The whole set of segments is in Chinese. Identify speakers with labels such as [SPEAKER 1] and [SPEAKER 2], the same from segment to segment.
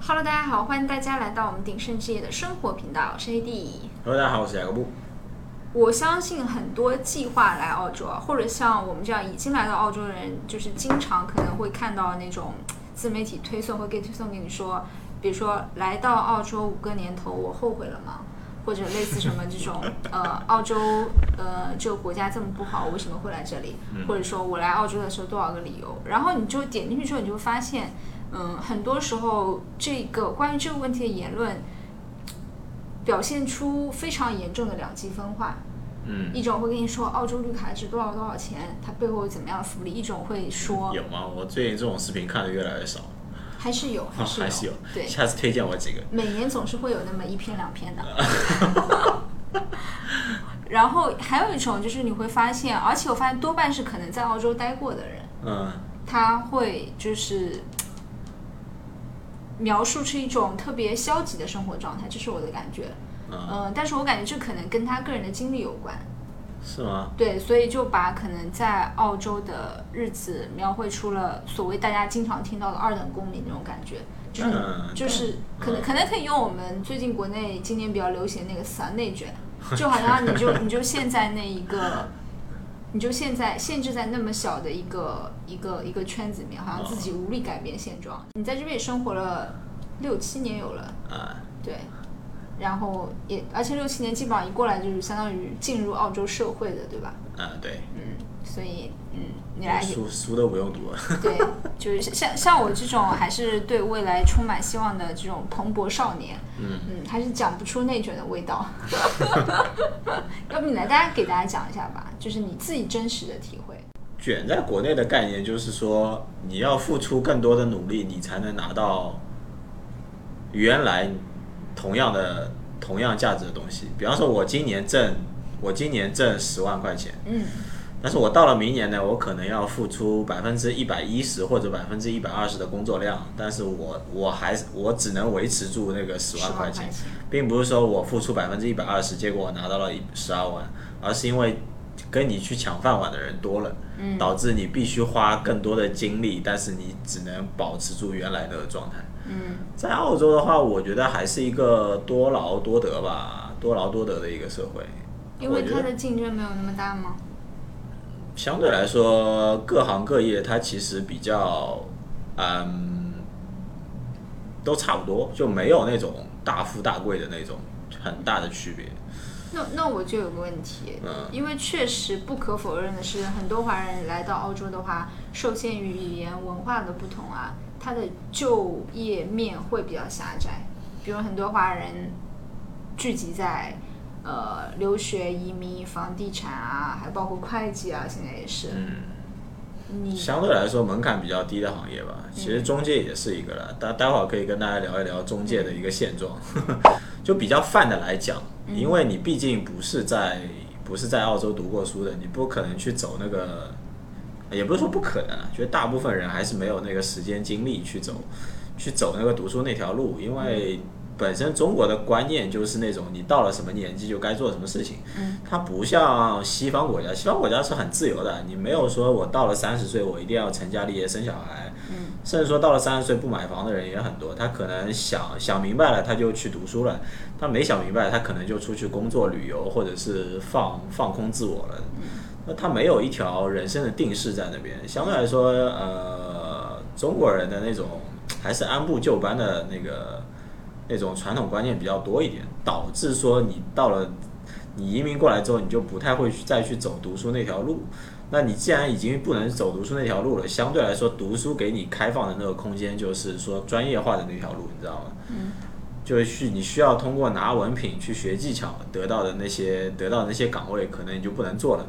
[SPEAKER 1] Hello，大家好，欢迎大家来到我们鼎盛置业的生活频道，我是 AD。
[SPEAKER 2] Hello，大家好，我是雅各布。
[SPEAKER 1] 我相信很多计划来澳洲啊，或者像我们这样已经来到澳洲的人，就是经常可能会看到那种自媒体推送会给推送给你说，比如说来到澳洲五个年头，我后悔了吗？或者类似什么这种，呃，澳洲呃这个国家这么不好，我为什么会来这里？或者说我来澳洲的时候多少个理由？然后你就点进去之后，你就会发现，嗯，很多时候这个关于这个问题的言论，表现出非常严重的两极分化。
[SPEAKER 2] 嗯，
[SPEAKER 1] 一种会跟你说澳洲绿卡值多少多少钱，它背后有怎么样的福利；一种会说
[SPEAKER 2] 有吗？我最近这种视频看的越来越少，
[SPEAKER 1] 还是有，还哦是有，
[SPEAKER 2] 啊 还是有。
[SPEAKER 1] 对，
[SPEAKER 2] 下次推荐我几个。
[SPEAKER 1] 每年总是会有那么一篇两篇 的。然后还有一种就是你会发现，而且我发现多半是可能在澳洲待过的人，
[SPEAKER 2] 嗯，
[SPEAKER 1] 他会就是描述出一种特别消极的生活状态，这是我的感觉。
[SPEAKER 2] 嗯
[SPEAKER 1] 嗯、但是我感觉这可能跟他个人的经历有关。
[SPEAKER 2] 是吗？
[SPEAKER 1] 对，所以就把可能在澳洲的日子描绘出了所谓大家经常听到的二等公民那种感觉，就是、
[SPEAKER 2] 嗯
[SPEAKER 1] 就是可能
[SPEAKER 2] 嗯
[SPEAKER 1] 可能可以用我们最近国内今年比较流行那个词啊内 卷，就好像你就你就陷在那一个。你就现在限制在那么小的一个一个一个圈子里面，好像自
[SPEAKER 2] 哦
[SPEAKER 1] 己无力改变现状。你在这边也生活了六七年有了，
[SPEAKER 2] 啊，
[SPEAKER 1] 对，然后也而且六七年基本上一过来就是相当于进入澳洲社会的，对吧？
[SPEAKER 2] 啊，对，
[SPEAKER 1] 嗯，所以嗯，你来
[SPEAKER 2] 书书都不用读了。
[SPEAKER 1] 对，就是像像我这种还是对未来充满希望的这种蓬勃少年，
[SPEAKER 2] 嗯
[SPEAKER 1] 嗯，还是讲不出内卷的味 道。要不你来，大家给大家讲一下吧，就是你自己真实的体会。
[SPEAKER 2] 卷在国内的概念就是说，你要付出更多的努力，你才能拿到原来同样的同样价值的东西。比方说，我今年挣我今年挣十万块钱，
[SPEAKER 1] 嗯
[SPEAKER 2] 但是我到了明年呢，我可能要付出百分之一百一十或者百分之一百二十的工作量，但是我我还是我只能维持住那个十万
[SPEAKER 1] 10
[SPEAKER 2] 块
[SPEAKER 1] 万块
[SPEAKER 2] 钱
[SPEAKER 1] 钱，
[SPEAKER 2] 并不是说我付出百分之一百二十，结果我拿到了十二万，而是因为跟你去抢饭碗的人多了，
[SPEAKER 1] 嗯
[SPEAKER 2] 导致你必须花更多的精力，但是你只能保持住原来的状态。
[SPEAKER 1] 嗯
[SPEAKER 2] 在澳洲的话，我觉得还是一个多劳多得吧，多劳多得的一个社会。
[SPEAKER 1] 因
[SPEAKER 2] 我
[SPEAKER 1] 为
[SPEAKER 2] 觉
[SPEAKER 1] 它
[SPEAKER 2] 得。
[SPEAKER 1] 的竞争没有那么大吗？
[SPEAKER 2] 相对来说，各行各业它其实比较，嗯，都差不多，就没有那种大富大贵的那种很大的区别。
[SPEAKER 1] 那那我就有个问题，
[SPEAKER 2] 嗯
[SPEAKER 1] 因为确实不可否认的是，很多华人来到澳洲的话，受限于语言文化的不同啊，他的就业面会比较狭窄。比如很多华人聚集在呃留学、移民、房地产啊，还包括会计啊，现在也是。
[SPEAKER 2] 嗯，
[SPEAKER 1] 你
[SPEAKER 2] 相对来说门槛比较低的行业吧，其实中介也是一个了。待待会儿可以跟大家聊一聊中介的一个现状， 就比较泛的来讲，因为你毕竟不是在不是在澳洲读过书的，你不可能去走那个也不是说不可能啊，觉得大部分人还是没有那个时间精力去走，去走那个读书那条路，因为本身中国的观念就是那种你到了什么年纪就该做什么事情，
[SPEAKER 1] 嗯
[SPEAKER 2] 它不像西方国家，西方国家是很自由的，你没有说我到了三十岁我一定要成家立业生小孩，
[SPEAKER 1] 嗯
[SPEAKER 2] 甚至说到了三十岁不买房的人也很多，他可能想想明白了他就去读书了，他没想明白他可能就出去工作旅游或者是放放空自我了。
[SPEAKER 1] 嗯
[SPEAKER 2] 那他没有一条人生的定势在那边，相对来说，呃，中国人的那种还是按部就班的那个那种传统观念比较多一点，导致说你到了你移民过来之后，你就不太会去再去走读书那条路。那你既然已经不能走读书那条路了，相对来说，读书给你开放的那个空间就是说专业化的那条路，你知道吗？
[SPEAKER 1] 嗯
[SPEAKER 2] 就是需你需要通过拿文凭去学技巧得到的那些得到的那些岗位，可能你就不能做了，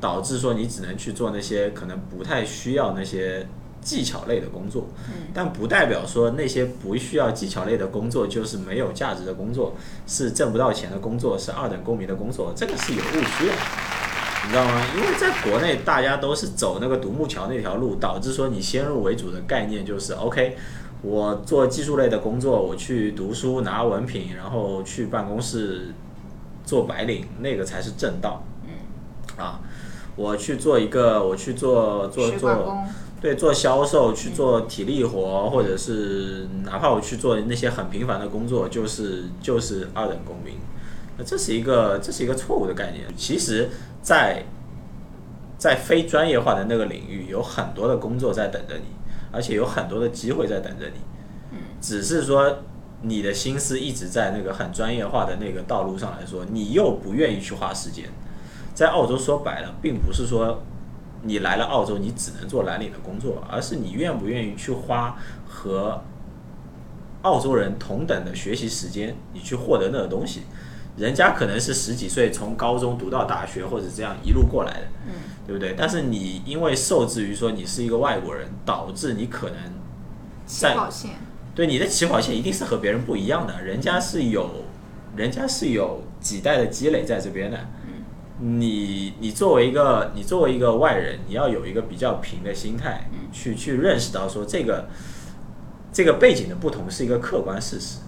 [SPEAKER 2] 导致说你只能去做那些可能不太需要那些技巧类的工作。
[SPEAKER 1] 嗯
[SPEAKER 2] 但不代表说那些不需要技巧类的工作就是没有价值的工作，是挣不到钱的工作，是二等公民的工作，这个是有误区的，你知道吗？因为在国内大家都是走那个独木桥那条路，导致说你先入为主的概念就是 OK。我做技术类的工作，我去读书拿文凭，然后去办公室做白领，那个才是正道。
[SPEAKER 1] 嗯，
[SPEAKER 2] 啊，我去做一个，我去做做
[SPEAKER 1] 水
[SPEAKER 2] 做
[SPEAKER 1] 管工，
[SPEAKER 2] 对，做销售去做体力活，或者是哪怕我去做那些很平凡的工作，就是就是二等公民。那这是一个这是一个错误的概念。其实在，在非专业化的那个领域，有很多的工作在等着你，而且有很多的机会在等着你。只是说你的心思一直在那个很专业化的那个道路上来说，你又不愿意去花时间。在澳洲说白了，并不是说你来了澳洲你只能做蓝领的工作，而是你愿不愿意去花和澳洲人同等的学习时间，你去获得那个东西。人家可能是十几岁从高中读到大学，或者这样一路过来的，
[SPEAKER 1] 嗯
[SPEAKER 2] 对不对？但是你因为受制于说你是一个外国人，导致你可能
[SPEAKER 1] 起
[SPEAKER 2] 在
[SPEAKER 1] 跑线，
[SPEAKER 2] 对你的起跑线一定是和别人不一样的，人家是有，人家是有几代的积累在这边的。你你作为一个你作为一个外人，你要有一个比较平的心态，去去认识到说这个这个背景的不同是一个客观事实。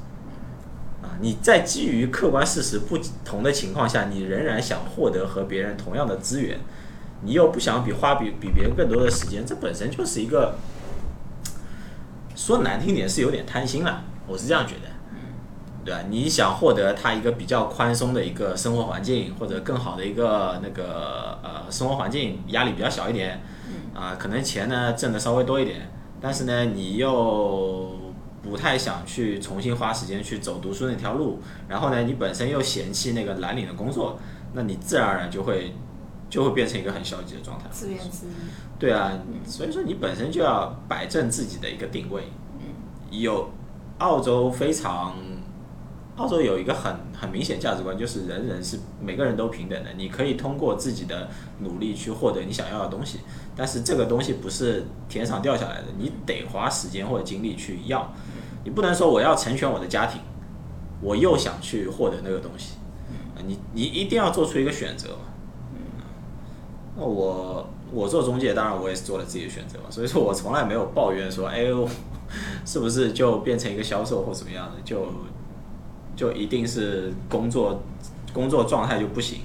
[SPEAKER 2] 啊，你在基于客观事实不同的情况下，你仍然想获得和别人同样的资源，你又不想比花比比别人更多的时间，这本身就是一个说难听点是有点贪心了，我是这样觉得。对吧？你想获得他一个比较宽松的一个生活环境，或者更好的一个那个呃生活环境，压力比较小一点，啊、可能钱呢挣的稍微多一点，但是呢你又不太想去重新花时间去走读书那条路，然后呢你本身又嫌弃那个蓝领的工作，那你自然而然就会就会变成一个很消极的状态。
[SPEAKER 1] 自怨自艾。
[SPEAKER 2] 对啊，所以说你本身就要摆正自己的一个定位。有澳洲非常，澳洲有一个很很明显价值观，就是人人是每个人都平等的，你可以通过自己的努力去获得你想要的东西，但是这个东西不是天上掉下来的，你得花时间或者精力去要，你不能说我要成全我的家庭，我又想去获得那个东西，你你一定要做出一个选择嘛。那我我做中介，当然我也是做了自己的选择嘛，所以说我从来没有抱怨说，哎呦，是不是就变成一个销售或怎么样的，就就一定是工作工作状态就不行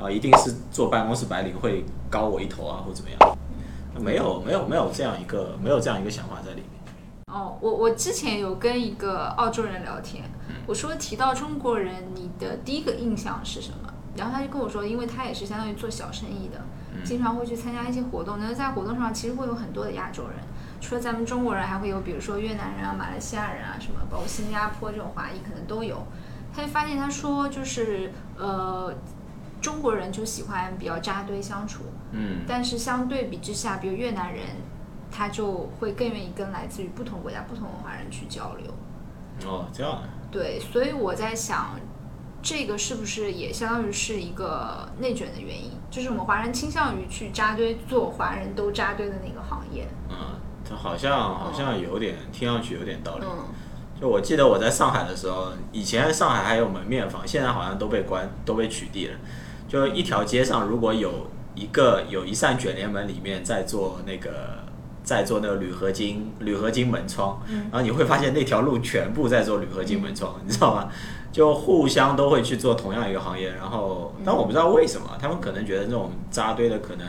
[SPEAKER 2] 啊、一定是坐办公室白领会高我一头啊，或怎么样？没有没有没有这样一个没有这样一个想法在里面。
[SPEAKER 1] 哦，我我之前有跟一个澳洲人聊天，我说提到中国人，你的第一个印象是什么？然后他就跟我说，因为他也是相当于做小生意的，经常会去参加一些活动。那在活动上，其实会有很多的亚洲人，除了咱们中国人，还会有比如说越南人啊、马来西亚人啊什么，包括新加坡这种华裔可能都有。他就发现他说就是呃，中国人就喜欢比较扎堆相处，
[SPEAKER 2] 嗯
[SPEAKER 1] 但是相对比之下，比如越南人，他就会更愿意跟来自于不同国家、不同文化人去交流。
[SPEAKER 2] 哦，这样的，
[SPEAKER 1] 对，所以我在想，这个是不是也相当于是一个内卷的原因？就是我们华人倾向于去扎堆做华人都扎堆的那个行业。
[SPEAKER 2] 嗯，这好像好像有点听上去有点道理。
[SPEAKER 1] 嗯，
[SPEAKER 2] 就我记得我在上海的时候，以前上海还有门面房，现在好像都被关，都被取缔了。就一条街上，如果有一个有一扇卷帘门，里面在做那个在做那个铝合金铝合金门窗，然后你会发现那条路全部在做铝合金门窗，你知道吗？就互相都会去做同样一个行业，然后但我不知道为什么，他们可能觉得这种扎堆的可能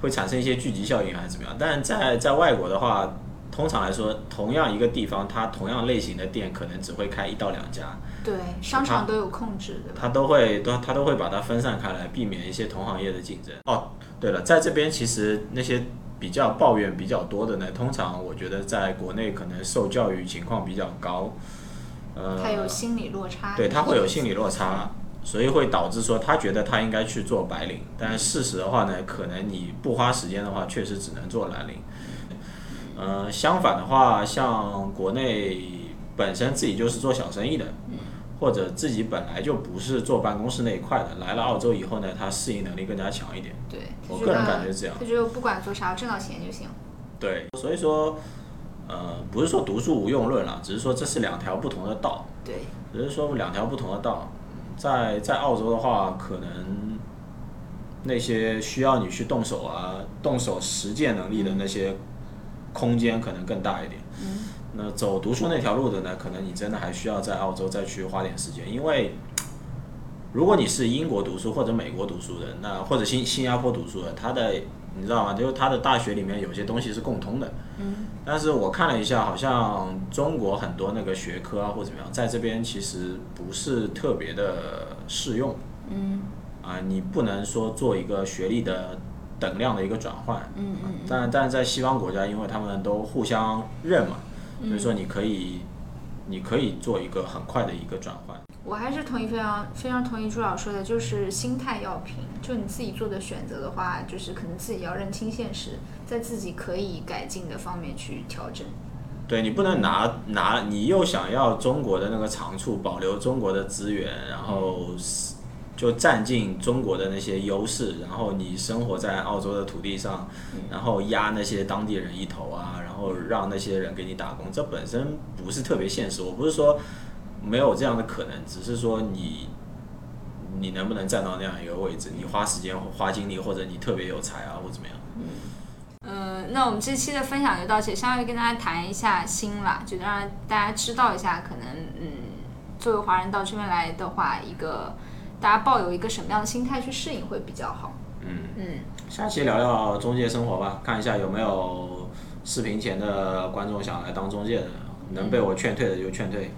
[SPEAKER 2] 会产生一些聚集效应还是怎么样。但在在外国的话，通常来说，同样一个地方，它同样类型的店可能只会开一到两家，
[SPEAKER 1] 对，商场都有控制，对吧？
[SPEAKER 2] 它都会都它都会把它分散开来，避免一些同行业的竞争。哦，对了，在这边其实那些比较抱怨比较多的呢，通常我觉得在国内可能受教育情况比较高，呃，
[SPEAKER 1] 他有心理落差。
[SPEAKER 2] 对他会
[SPEAKER 1] 嗯
[SPEAKER 2] 有心理落差，所以会导致说他觉得他应该去做白领，但事实的话呢，可能你不花时间的话，确实只能做蓝领。呃，相反的话，像国内本身自己就是做小生意的，或者自己本来就不是做办公室那一块的，来了澳洲以后呢，他适应能力更加强一点。
[SPEAKER 1] 对，他
[SPEAKER 2] 我
[SPEAKER 1] 觉
[SPEAKER 2] 个人
[SPEAKER 1] 得
[SPEAKER 2] 感觉是这样
[SPEAKER 1] 他就不管做啥，挣到钱就行。
[SPEAKER 2] 对，所以说，呃，不是说读书无用论了，只是说这是两条不同的道。
[SPEAKER 1] 对，
[SPEAKER 2] 只是说两条不同的道。在在澳洲的话，可能那些需要你去动手啊、动手实践能力的那些空间可能更大一点。
[SPEAKER 1] 嗯
[SPEAKER 2] 那走读书那条路的呢，可能你真的还需要在澳洲再去花点时间，因为如果你是英国读书或者美国读书的，那或者新新加坡读书的，他的你知道吗？就是它的大学里面有些东西是共通的。
[SPEAKER 1] 嗯，
[SPEAKER 2] 但是我看了一下，好像中国很多那个学科啊或怎么样，在这边其实不是特别的适用。
[SPEAKER 1] 嗯
[SPEAKER 2] 啊，你不能说做一个学历的等量的一个转换。
[SPEAKER 1] 嗯嗯
[SPEAKER 2] 但但在西方国家，因为他们都互相认嘛，所以说你可以，你可以做一个很快的一个转换。
[SPEAKER 1] 我还是同意非常非常同意朱老师说的，就是心态要平。就你自己做的选择的话，就是可能自己要认清现实，在自己可以改进的方面去调整。
[SPEAKER 2] 对你不能拿拿，你又想要中国的那个长处，保留中国的资源，然后是就占尽中国的那些优势，然后你生活在澳洲的土地上，然后压那些当地人一头啊，然后让那些人给你打工，这本身不是特别现实。我不是说没有这样的可能，只是说你你能不能站到那样一个位置，你花时间、花精力，或者你特别有才啊，或怎么样。
[SPEAKER 1] 嗯、那我们这期的分享就到这里，相当于跟大家谈一下心啦，就让大家知道一下，可能嗯，作为华人到这边来的话，一个大家抱有一个什么样的心态去适应会比较好。
[SPEAKER 2] 嗯
[SPEAKER 1] 嗯，
[SPEAKER 2] 下期聊聊中介生活吧，看一下有没有视频前的观众想来当中介的，能被我劝退的就劝退。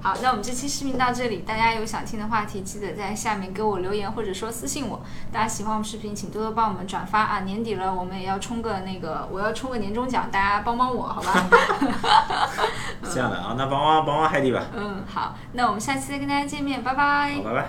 [SPEAKER 1] 好，那我们这期视频到这里，大家有想听的话题，记得在下面给我留言，或者说私信我。大家喜欢我们视频，请多多帮我们转发啊！年底了，我们也要冲个那个，我要冲个年终奖，大家帮帮我，好吧？
[SPEAKER 2] 这样的啊，那帮帮帮帮海蒂吧，
[SPEAKER 1] 嗯，好，那我们下期再跟大家见面，拜拜
[SPEAKER 2] 好，。拜拜。